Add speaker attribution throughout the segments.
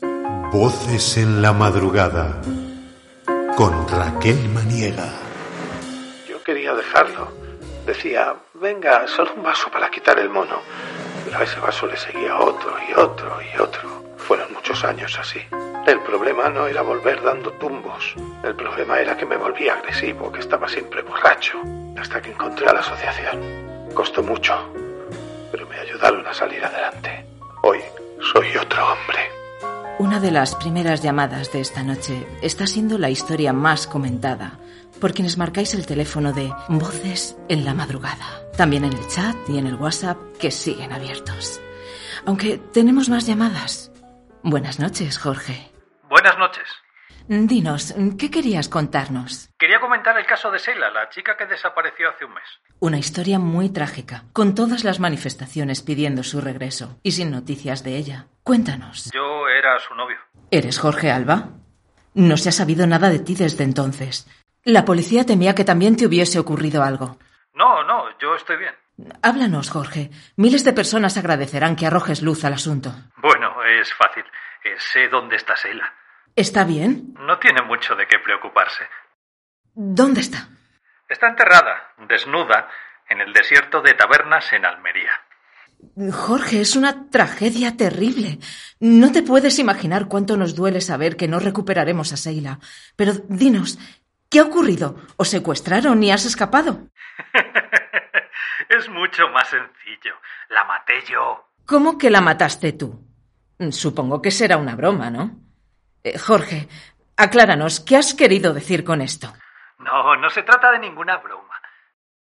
Speaker 1: Voces en la madrugada con Raquel Maniega.
Speaker 2: Yo quería dejarlo. Decía, venga, solo un vaso para quitar el mono. Pero a ese vaso le seguía otro y otro y otro. Fueron muchos años así. El problema no era volver dando tumbos. El problema era que me volvía agresivo, que estaba siempre borracho. Hasta que encontré a la asociación. Costó mucho, pero me ayudaron a salir adelante. Hoy soy otro hombre.
Speaker 3: Una de las primeras llamadas de esta noche está siendo la historia más comentada por quienes marcáis el teléfono de Voces en la Madrugada. También en el chat y en el WhatsApp que siguen abiertos. Aunque tenemos más llamadas. Buenas noches, Jorge.
Speaker 4: Buenas noches.
Speaker 3: Dinos, ¿qué querías contarnos?
Speaker 4: Quería comentar el caso de Sheila, la chica que desapareció hace un mes.
Speaker 3: Una historia muy trágica, con todas las manifestaciones pidiendo su regreso y sin noticias de ella. Cuéntanos.
Speaker 4: Yo era su novio.
Speaker 3: ¿Eres Jorge Alba? No se ha sabido nada de ti desde entonces. La policía temía que también te hubiese ocurrido algo.
Speaker 4: No, no, yo estoy bien.
Speaker 3: Háblanos, Jorge. Miles de personas agradecerán que arrojes luz al asunto.
Speaker 4: Bueno, es fácil. Eh, sé dónde está Sheila.
Speaker 3: ¿Está bien?
Speaker 4: No tiene mucho de qué preocuparse.
Speaker 3: ¿Dónde está?
Speaker 4: Está enterrada, desnuda, en el desierto de Tabernas en Almería.
Speaker 3: Jorge, es una tragedia terrible. No te puedes imaginar cuánto nos duele saber que no recuperaremos a Seila. Pero dinos, ¿qué ha ocurrido? ¿Os secuestraron y has escapado?
Speaker 4: es mucho más sencillo. La maté yo.
Speaker 3: ¿Cómo que la mataste tú? Mm, Supongo que será una broma, ¿no? Eh, Jorge, acláranos, ¿qué has querido decir con esto?
Speaker 4: No, no se trata de ninguna broma.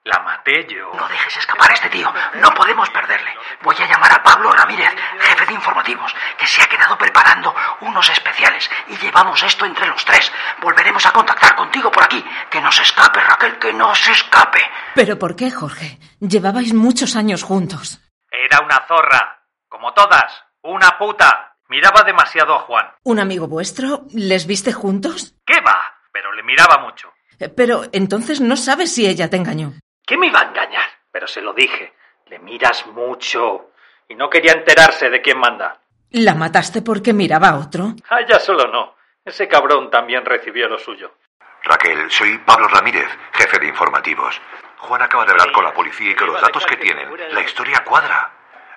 Speaker 4: La maté yo.
Speaker 5: No dejes escapar a este tío. No podemos perderle. Voy a llamar a Pablo Ramírez, jefe de informativos, que se ha quedado preparando unos especiales y llevamos esto entre los tres. Volveremos a contactar contigo por aquí. Que no se escape, Raquel, que no se escape.
Speaker 3: ¿Pero por qué, Jorge? Llevabais muchos años juntos.
Speaker 4: Era una zorra. Como todas. Una puta. Miraba demasiado a Juan.
Speaker 3: ¿Un amigo vuestro? ¿Les viste juntos?
Speaker 4: ¿Qué va? Pero le miraba mucho.
Speaker 3: Eh, Pero entonces no sabes si ella te engañó.
Speaker 4: ¿Qué me iba a engañar? Pero se lo dije. Le miras mucho. Y no quería enterarse de quién manda.
Speaker 3: ¿La mataste porque miraba a otro?
Speaker 4: Ah, ya solo no. Ese cabrón también recibió lo suyo.
Speaker 6: Raquel, soy Pablo Ramírez, jefe de informativos. Juan acaba de hablar con la policía y con los datos que tienen, la historia cuadra.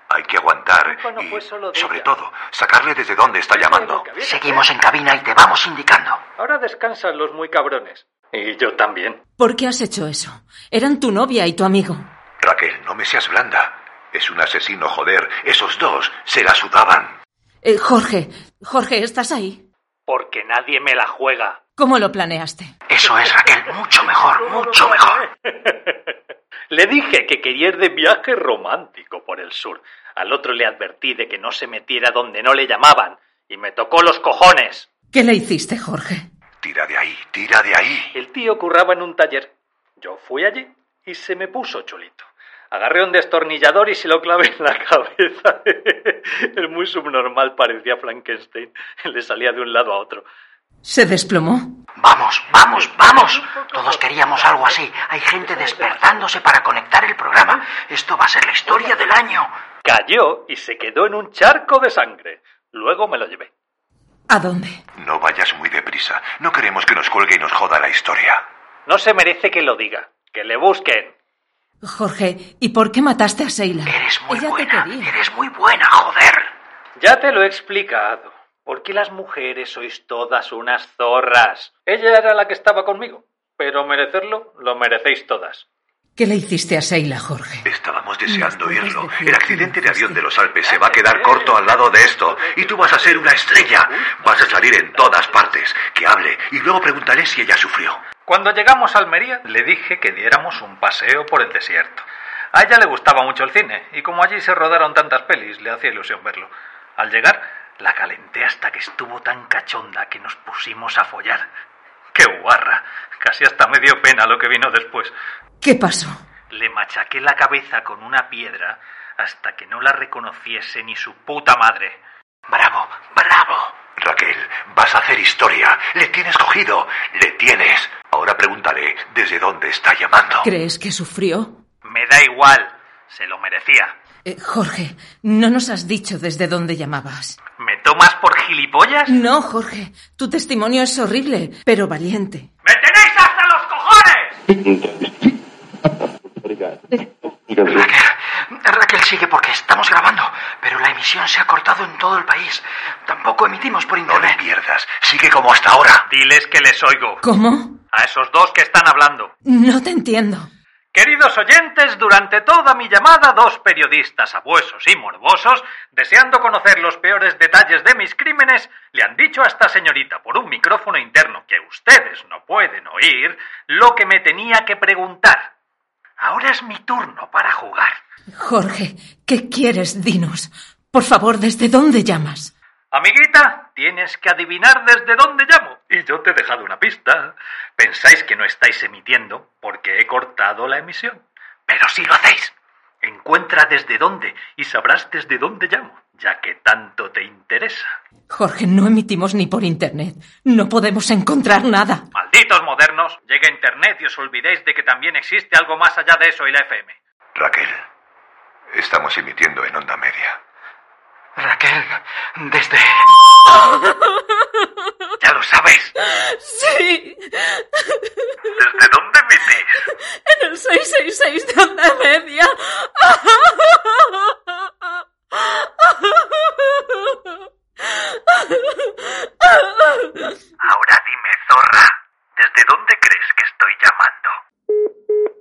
Speaker 6: Hay que aguantar y, sobre todo, sacarle desde dónde está llamando.
Speaker 5: Seguimos en cabina y te vamos indicando.
Speaker 4: Ahora descansan los muy cabrones. Y yo también.
Speaker 3: ¿Por qué has hecho eso? Eran tu novia y tu amigo.
Speaker 6: Raquel, no me seas blanda. Es un asesino, joder. Esos dos se la sudaban.
Speaker 3: Eh, Jorge, Jorge, ¿estás ahí?
Speaker 4: Porque nadie me la juega.
Speaker 3: ¿Cómo lo planeaste?
Speaker 5: Eso es, Raquel. Mucho mejor, mucho mejor.
Speaker 4: Le dije que quería ir de viaje romántico por el sur. Al otro le advertí de que no se metiera donde no le llamaban. Y me tocó los cojones.
Speaker 3: ¿Qué le hiciste, Jorge?
Speaker 6: Tira de ahí, tira de ahí.
Speaker 4: El tío curraba en un taller. Yo fui allí y se me puso chulito. Agarré un destornillador y se lo clavé en la cabeza. El muy subnormal parecía Frankenstein. Le salía de un lado a otro.
Speaker 3: ¿Se desplomó?
Speaker 5: Vamos, vamos, vamos. Todos queríamos algo así. Hay gente despertándose para conectar el programa. Esto va a ser la historia del año.
Speaker 4: Cayó y se quedó en un charco de sangre. Luego me lo llevé.
Speaker 3: ¿A dónde?
Speaker 6: No vayas muy deprisa. No queremos que nos cuelgue y nos joda la historia.
Speaker 4: No se merece que lo diga. Que le busquen.
Speaker 3: Jorge, ¿y por qué mataste a Seila?
Speaker 5: Eres muy
Speaker 3: Ella
Speaker 5: buena,
Speaker 3: te quería.
Speaker 5: eres muy buena, joder.
Speaker 4: Ya te lo he explicado. ¿Por qué las mujeres sois todas unas zorras? Ella era la que estaba conmigo. Pero merecerlo lo merecéis todas.
Speaker 3: ¿Qué le hiciste a Seila, Jorge?
Speaker 6: Estábamos
Speaker 3: No
Speaker 6: deseando
Speaker 3: puedes
Speaker 6: irlo.
Speaker 3: decir
Speaker 6: El
Speaker 3: que
Speaker 6: accidente
Speaker 3: no
Speaker 6: de avión
Speaker 3: fuiste.
Speaker 6: de los Alpes se va a quedar corto al lado de esto. Y tú vas a ser una estrella. Vas a salir en todas partes. Que hable y luego preguntaré si ella sufrió.
Speaker 4: Cuando llegamos a Almería, le dije que diéramos un paseo por el desierto. A ella le gustaba mucho el cine, y como allí se rodaron tantas pelis, le hacía ilusión verlo. Al llegar, la calenté hasta que estuvo tan cachonda que nos pusimos a follar. ¡Qué guarra! Casi hasta me dio pena lo que vino después.
Speaker 3: ¿Qué pasó?
Speaker 4: Le machaqué la cabeza con una piedra hasta que no la reconociese ni su puta madre.
Speaker 6: Bravo, bravo. Raquel, vas a hacer historia. Le tienes cogido. Le tienes. Ahora pregúntale desde dónde está llamando.
Speaker 3: ¿Crees que sufrió?
Speaker 4: Me da igual. Se lo merecía.
Speaker 3: Eh, Jorge, no nos has dicho desde dónde llamabas.
Speaker 4: ¿Me tomas por gilipollas?
Speaker 3: No, Jorge, tu testimonio es horrible, pero valiente.
Speaker 4: ¡Me tenéis hasta los cojones!
Speaker 5: Raquel, Raquel sigue porque estamos grabando, pero la emisión se ha cortado en todo el país. Tampoco emitimos por
Speaker 6: No le
Speaker 5: internet.
Speaker 6: pierdas. Sigue como hasta ahora.
Speaker 4: Diles que les oigo.
Speaker 3: ¿Cómo?
Speaker 4: A esos dos que están hablando.
Speaker 3: No te entiendo.
Speaker 4: Queridos oyentes, durante toda mi llamada, dos periodistas abuesos y morbosos, deseando conocer los peores detalles de mis crímenes, le han dicho a esta señorita por un micrófono interno que ustedes no pueden oír lo que me tenía que preguntar. Ahora es mi turno para jugar.
Speaker 3: Jorge, ¿qué quieres? Dinos. Por favor, ¿desde dónde llamas?
Speaker 4: Amiguita, tienes que adivinar desde dónde llamo. Y yo te he dejado una pista. Pensáis que no estáis emitiendo porque he cortado la emisión. Pero sí lo hacéis. Encuentra desde dónde y sabrás desde dónde llamo, ya que tanto te interesa.
Speaker 3: Jorge, no emitimos ni por internet. No podemos encontrar nada.
Speaker 4: Malditos modernos, llega Internet y os olvidéis de que también existe algo más allá de eso y la FM.
Speaker 6: Raquel, estamos emitiendo en onda media.
Speaker 5: Raquel, desde...
Speaker 4: Ya lo sabéis.
Speaker 3: Sí,
Speaker 4: ¿Desde dónde emitís?
Speaker 3: en el 666 de onda media.
Speaker 4: Ahora dime, zorra, ¿desde dónde crees que estoy llamando?